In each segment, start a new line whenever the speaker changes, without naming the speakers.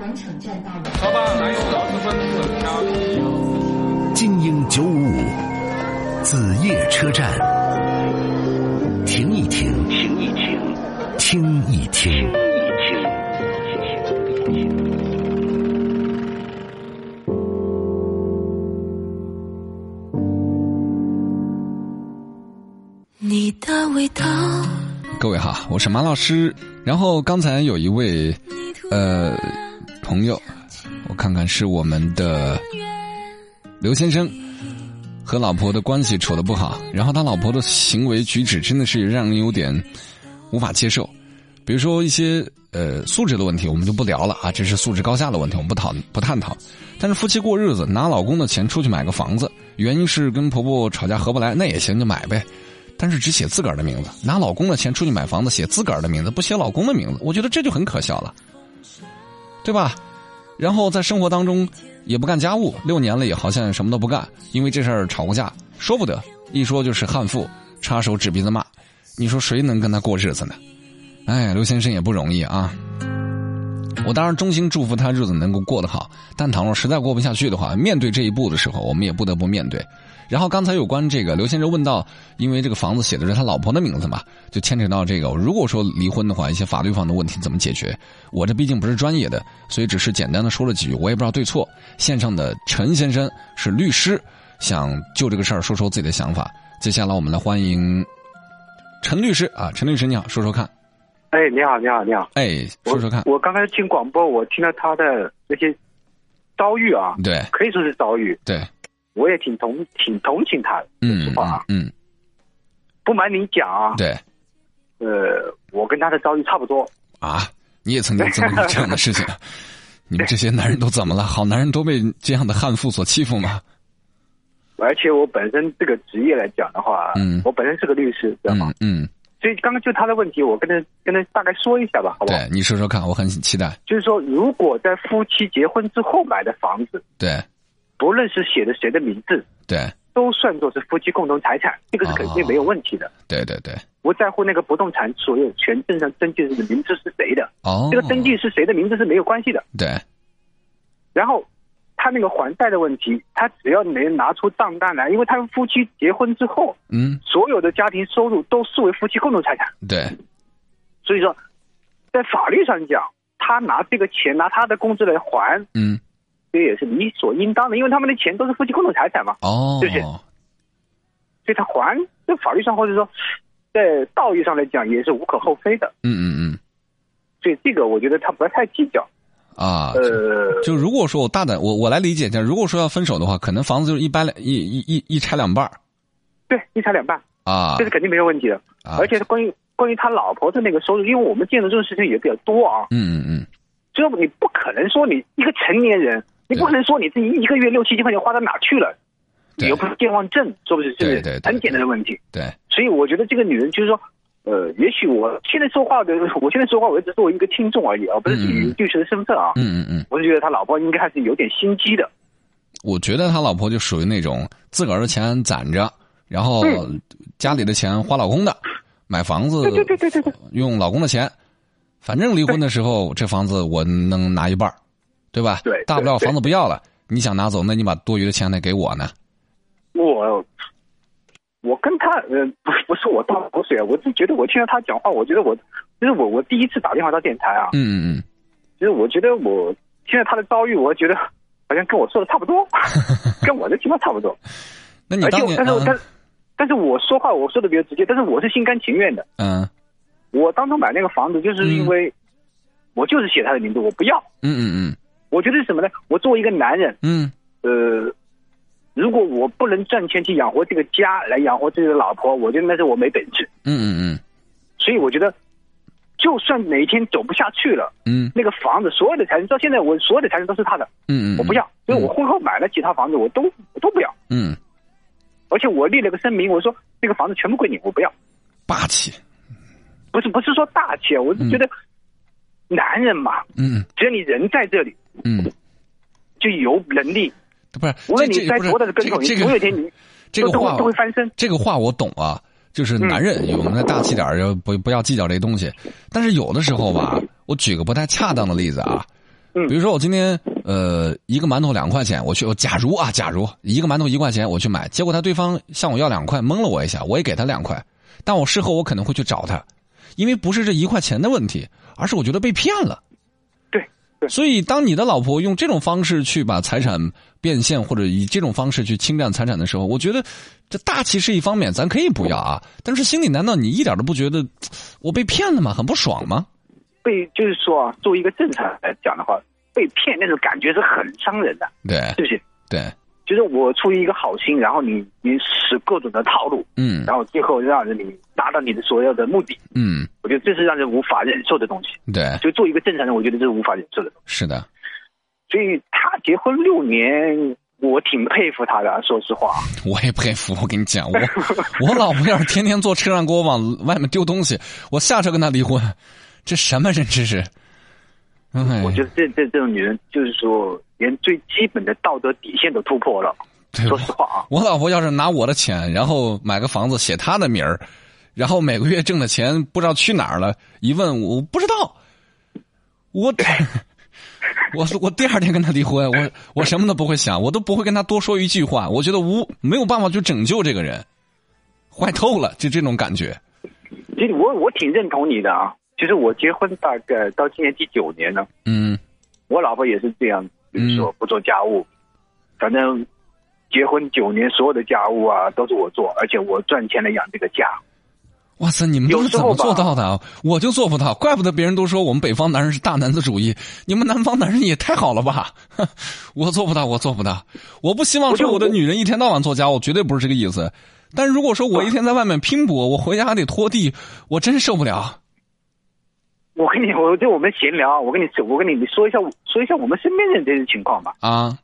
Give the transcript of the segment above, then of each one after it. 完成战大任。
好吧，来右脑之分子挑
精英九五五，子夜车站，停一停，停一停，听一听，听一听。
你的味道。
各位好，我是马老师。然后刚才有一位呃朋友，我看看是我们的刘先生，和老婆的关系处的不好，然后他老婆的行为举止真的是让人有点无法接受。比如说一些呃素质的问题，我们就不聊了啊，这是素质高下的问题，我们不讨不探讨。但是夫妻过日子，拿老公的钱出去买个房子，原因是跟婆婆吵架合不来，那也行就买呗。但是只写自个儿的名字，拿老公的钱出去买房子，写自个儿的名字，不写老公的名字，我觉得这就很可笑了，对吧？然后在生活当中也不干家务，六年了也好像什么都不干，因为这事儿吵过架，说不得，一说就是悍妇，插手指鼻子骂，你说谁能跟他过日子呢？哎，刘先生也不容易啊。我当然衷心祝福他日子能够过得好，但倘若实在过不下去的话，面对这一步的时候，我们也不得不面对。然后刚才有关这个刘先生问到，因为这个房子写的是他老婆的名字嘛，就牵扯到这个，如果说离婚的话，一些法律上的问题怎么解决？我这毕竟不是专业的，所以只是简单的说了几句，我也不知道对错。线上的陈先生是律师，想就这个事儿说说自己的想法。接下来我们来欢迎陈律师啊，陈律师你好，说说看，
哎，你好，你好，你好。
哎，说说看，
我。我刚才听广播，我听了他的那些遭遇啊，
对
可以说是遭遇，
对，
我也挺同挺同情他的。
嗯
说实话啊，
嗯，
不瞒您讲啊，
对
呃，我跟他的遭遇差不多。
啊，你也曾经经历过这样的事情，你们这些男人都怎么了？好男人都被这样的悍妇所欺负吗？
而且我本身这个职业来讲的话，
嗯
我本身是个律师，知道吗？
嗯嗯，
所以刚刚就他的问题，我跟他跟他大概说一下吧，好不好？
对，你说说看，我很期待。
就是说，如果在夫妻结婚之后买的房子，
对
不论是写的谁的名字，
对
都算作是夫妻共同财产，这个是肯
哦
定没有问题的。
对对对，
不在乎那个不动产所有权证上登记人的名字是谁的，
哦，
这个登记是谁的名字是没有关系的。
对
然后他那个还贷的问题，他只要能拿出账单来，因为他们夫妻结婚之后，
嗯
所有的家庭收入都视为夫妻共同财产，
对
所以说在法律上讲，他拿这个钱拿他的工资来还，
嗯
这也是理所应当的，因为他们的钱都是夫妻共同财产嘛，
哦，
就是所以他还在法律上或者说在道义上来讲也是无可厚非的，
嗯嗯嗯
所以这个我觉得他不要太计较。
啊。
呃，
就如果说我大胆，我我来理解一下，如果说要分手的话，可能房子就是一掰两一一一一拆两半儿
对，一拆两半，
啊
这是肯定没有问题的。
啊，
而且关于关于他老婆的那个收入，因为我们见的这种事情也比较多啊，
嗯嗯嗯，
所以你不可能说你一个成年人，你不可能说你自己一个月六七千块钱花到哪去了，你
对
又不是健忘症，是不是？这
对对
是
对
很简单的问题。
对
所以我觉得这个女人就是说。呃，也许我现在说话的， 我现在说话，我只是作为一个听众而已啊，不是以律师的身份啊。
嗯嗯嗯。
我就觉得他老婆应该还是有点心机的。
我觉得他老婆就属于那种自个儿的钱攒着，然后家里的钱花老公的，买房子
对对对对对对，
用老公的钱，反正离婚的时候这房子我能拿一半儿对吧？
对对
大不了
对
房子不要了，你想拿走，那你把多余的钱得给我呢。
我我跟他呃，不不是我倒口水啊，我是觉得我听到他讲话，我觉得我就是我我第一次打电话到电台啊，
嗯嗯嗯，
就是我觉得我听了他的遭遇，我觉得好像跟我说的差 不多，跟我的情况差不多。
那你
而且
当
我
年
但是我
嗯
但是但是我说话我说的比较直接，但是我是心甘情愿的。
嗯
我当初买那个房子就是因为我就是写他的名字，我不要。
嗯嗯
我觉得是什么呢？我作为一个男人，
嗯
呃，如果我不能赚钱去养活这个家，来养活自己的老婆，我觉得那是我没本事。
嗯嗯嗯
所以我觉得，就算哪一天走不下去了，
嗯
那个房子所有的财产，到现在我所有的财产都是他的，
嗯嗯，
我不要，因为我婚后买了其他房子，我都我都不要，
嗯，嗯，
而且我立了个声明，我说这个房子全部归你，我不要，
霸气，
不是不是说大气，我是觉得，男人嘛，
嗯
只要你人在这里，
嗯，
就有能力，
不是，
无
这
论
这
你栽
不是
多大的跟
这
头，
个
你
这
总有
个
一天你
这个
都
话
会都会翻身。
这个话我懂啊，就是男人有那大气点儿，就不不要计较这东西。但是有的时候吧，我举个不太恰当的例子啊，
嗯
比如说我今天呃一个馒头两块钱，我去，我假如啊，假如一个馒头一块钱我去买，结果他对方向我要两块，蒙了我一下，我也给他两块，但我事后我可能会去找他，因为不是这一块钱的问题，而是我觉得被骗了。
对对
所以，当你的老婆用这种方式去把财产变现，或者以这种方式去侵占财产的时候，我觉得这大气是一方面，咱可以不要啊。但是心里难道你一点都不觉得呃我被骗了吗？很不爽吗？
被就是说啊，作为一个正常人来讲的话，被骗那种感觉是很伤人的，
对
是不是？
对，
就是我出于一个好心，然后你你使各种的套路，
嗯
然后最后让人你达到你的所有的目的，
嗯，
我觉得这是让人无法忍受的东西。
对，
就做一个正常人，我觉得这是无法忍受的。
是的，
所以他结婚六年，我挺佩服他的，啊说实话。
我也佩服。我跟你讲，我 我老婆要是天天坐车上给我往外面丢东西，我下车跟她离婚，这什么人这是？哎，
我觉得这这这种女人，就是说连最基本的道德底线都突破了。
对
说实话啊，
我老婆要是拿我的钱，然后买个房子写她的名儿，然后每个月挣的钱不知道去哪儿了，一问我不知道，我我我第二天跟她离婚，我我什么都不会想，我都不会跟她多说一句话，我觉得无没有办法去拯救这个人，坏透了，就这种感觉。
其实我我挺认同你的啊。其实我结婚大概到今年第九年了，
嗯
我老婆也是这样，就是说不做家务，反正结婚九年所有的家务啊都是我做，而且我赚钱来养这个家。，
哇塞，你们都是
有时
怎
候
么
吧
做到的啊？我就做不到，怪不得别人都说我们北方男人是大男子主义，你们南方男人也太好了吧？ 哼我做不到，我做不到，我不希望
我就
说我的女人一天到晚做家务，绝对不是这个意思。但如果说我一天在外面拼搏，我回家还得拖地，我真受不了。
我跟你，我就我们闲聊啊，我跟你我跟你你说一下说一下我们身边人这些情况吧。
啊，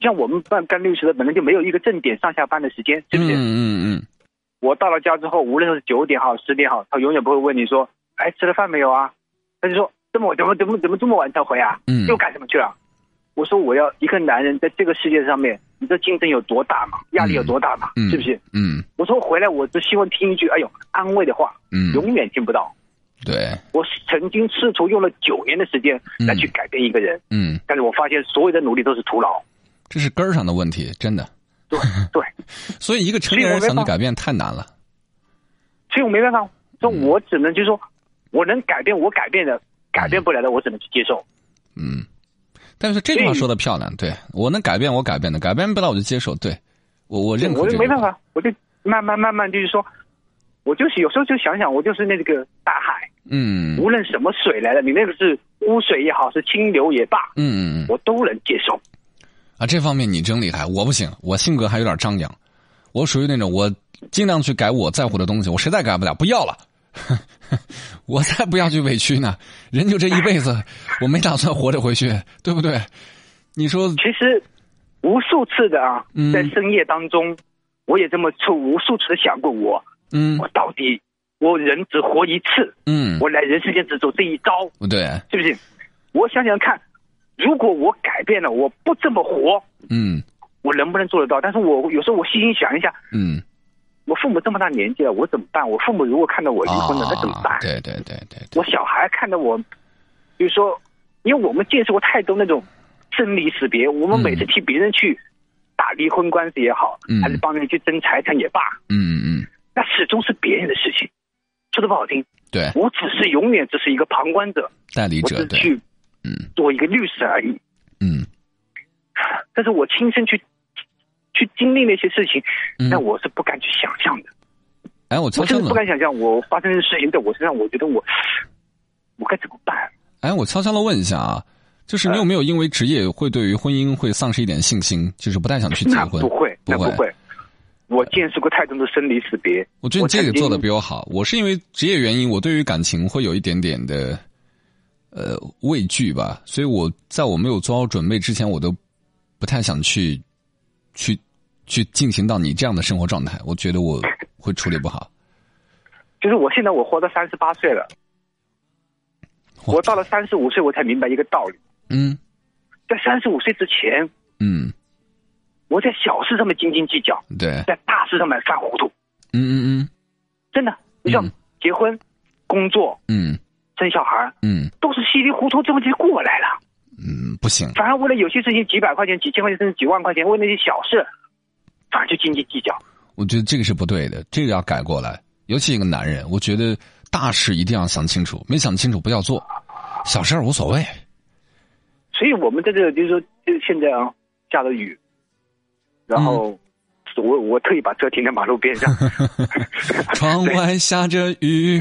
像我们办干律师的，本来就没有一个正点上下班的时间，是不
嗯
是？
嗯
我到了家之后，无论是九点好十点好，他永远不会问你说，哎，吃了饭没有啊？他就说这么怎么怎么怎么这么晚才回啊？
嗯
又干什么去了？我说我要一个男人在这个世界上面，你这竞争有多大嘛？压力有多大嘛？
嗯
是不是？
嗯
我说回来我只希望听一句哎呦安慰的话，
嗯嗯，
永远听不到。
对，
我曾经试图用了九年的时间来去改变一个人，
嗯，
但是我发现所有的努力都是徒劳。
这是根儿上的问题，真的。
对
嗯
对，
所以一个成年人
所以我没
想去
办法
改变太难了。
所以我没办法，说
嗯
我只能就是说，我能改变我改变的，改变不了的我只能去接受。
嗯，但是这句话说的漂亮，对我能改变我改变的，改变不了我就接受，对我我认可
我
这
就
个
没办法，我就慢慢慢慢就是说，我就是有时候就想想，我就是那个大海，
嗯
无论什么水来了，你那个是污水也好，是清流也罢，
嗯嗯嗯
我都能接受。
啊，这方面你真厉害，我不行，我性格还有点张扬，我属于那种我尽量去改我在乎的东西，我实在改不了，不要了。 我才不要去委屈呢！人就这一辈子，我没打算活着回去，对不对？你说，
其实无数次的啊
嗯，
在深夜当中，我也这么处无数次的想过我，
嗯
我到底我人只活一次，
嗯，
我来人世间只走这一遭，
对，
是不是？我想想看，如果我改变了，我不这么活，
嗯
我能不能做得到？但是我有时候我细心想一下，
嗯，
我父母这么大年纪了，我怎么办？我父母如果看到我离婚了，那怎么办
啊，？对对对对对，
我小孩看到我，比如说，因为我们见识过太多那种生离死别，我
嗯
们每次替别人去打离婚官司也好，
嗯
还是帮人去争财产也罢，
嗯嗯，
那始终是别人的事情。说的不好听，
对，
我只是永远只是一个旁观者，
代理
我
哎者
只
对，
去
嗯
做一个律师而已。
嗯。
但是我亲身去去经历那些事情
嗯，
那我是不敢去想象的。
哎，我
我
悄悄
真的不
的，
敢想象，我发生的事情在我身上，我觉得我我该怎么办？
哎，我悄悄的问一下啊，就是你
哎
有没有因为职业会对于婚姻会丧失一点信心，就是不太想去结
那
婚？
不会，那
不
不会。我见识过太多的生离死别，
我觉得你这
曾
个做的
经
比我好。我是因为职业原因，我对于感情会有一点点的呃畏惧吧，所以我在我没有做好准备之前，我都不太想去去去进行到你这样的生活状态。我觉得我会处理不好。
就是我现在我活到三十八岁了，
哇
我到了三十五岁我才明白一个道理，
嗯
在三十五岁之前，
嗯，
我在小事上面斤斤计较，
对，
在大事上面犯糊涂，
嗯嗯
真的，你像
嗯
结婚、工作、
嗯
生小孩，
嗯
都是稀里糊涂这么就过来了。
嗯，嗯，不行。
反而为了有些事情几百块钱、几千块钱甚至几万块钱，为那些小事，反而去斤斤计较。
我觉得这个是不对的，这个要改过来。尤其一个男人，我觉得大事一定要想清楚，没想清楚不要做，小事儿无所谓。
所以我们在这个就是说，就是现在啊，下了雨，然后
嗯
我我特意把车停在马路 边上，
窗外下着雨，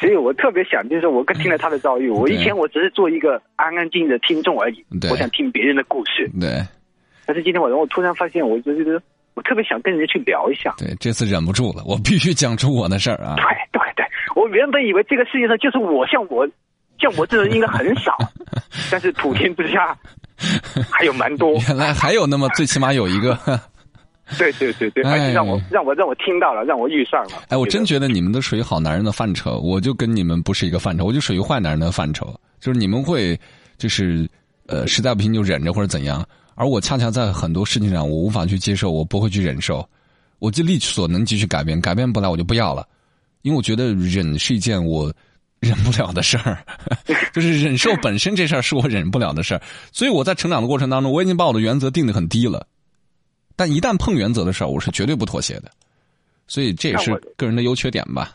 所以我特别想，就是我跟听了他的遭遇，我以
对
前我只是做一个安安静静的听众而已
对，
我想听别人的故事。
对
但是今天晚上我突然发现，我就觉得我特别想跟人家去聊一下。
对，这次忍不住了，我必须讲出我的事儿啊
对！对对，我原本以为这个世界上就是我像我，像我这种人应该很 少，但是普天之下还有蛮多。
原来还有那么，最起码有一个。
对对对对，而且让我
哎
让我让我听到了，让我遇上了。
哎，我
觉
真
得
觉得你们都属于好男人的范畴，我就跟你们不是一个范畴，我就属于坏男人的范畴，就是你们会，就是呃，实在不行就忍着或者怎样，而我恰恰在很多事情上我无法去接受，我不会去忍受，我就力所能及去改变，改变不来我就不要了，因为我觉得忍是一件我 忍不了的事儿， 就是忍受本身这事儿是我忍不了的事儿，所以我在成长的过程当中，我已经把我的原则定得很低了，但一旦碰原则的事儿，我是绝对不妥协的，所以这也是
那我
个人的优缺点吧。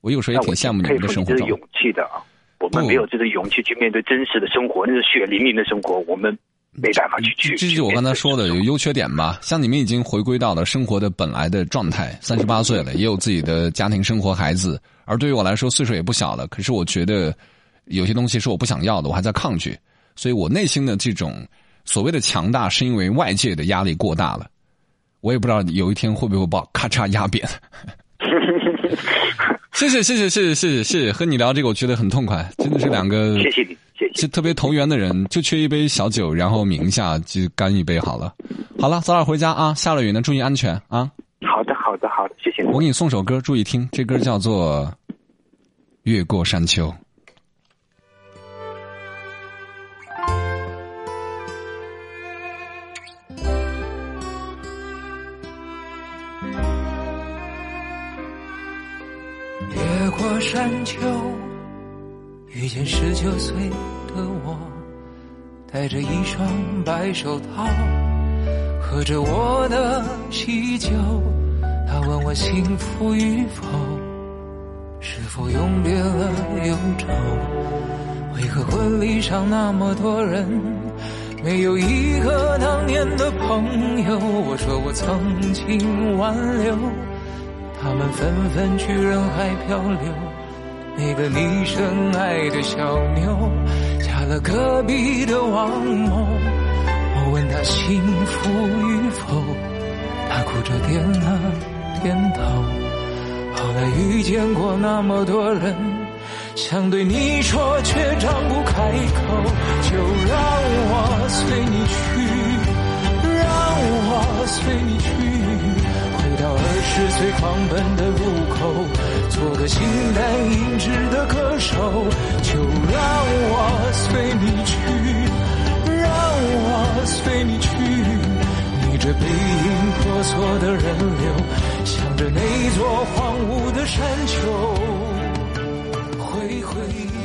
我有时候也
那
挺
我
羡慕你
佩
们的
服
生活
这
状
种
态
勇。气的啊！我们
不
没有这种勇气去面对真实的生活，那是血淋淋的生活，我们没办法去去。
这这就
去
是我
面
刚才
对
说的有优缺点吧。像你们已经回归到了生活的本来的状态，三十八岁了，也有自己的家庭生活、孩子。而对于我来说，岁数也不小了，可是我觉得有些东西是我不想要的，我还在抗拒。所以我内心的这种所谓的强大，是因为外界的压力过大了。我也不知道有一天会不会把我咔嚓压 扁。谢谢谢谢谢谢谢谢谢谢，和你聊这个我觉得很痛快，真的是两个
谢谢你，谢谢。
是特别投缘的人，就缺一杯小酒，然后抿一下就干一杯好了。好了，早点回家啊！下了雨呢，注意安全啊！
好的，好的，好的，谢谢你
我。给你送首歌，注意听，这歌叫做《越过山丘》。
越过山丘，遇见十九岁的我，带着一双白手套，喝着我的喜酒。他问我幸福与否，是否永别了忧愁？为何婚礼上那么多人，没有一个当年的朋友？我说我曾经挽留。他们纷纷去人海漂流。那个你深爱的小妞，嫁了隔壁的王某。我问她幸福与否，她哭着点了点头。后来遇见过那么多人，想对你说却张不开口，就让我随你去，让我随你去。回到二十岁狂奔的路口，做个形单影只的歌手，就让我随你去，让我随你去。你这背影婆娑的人流，想着那座荒芜的山丘，挥挥。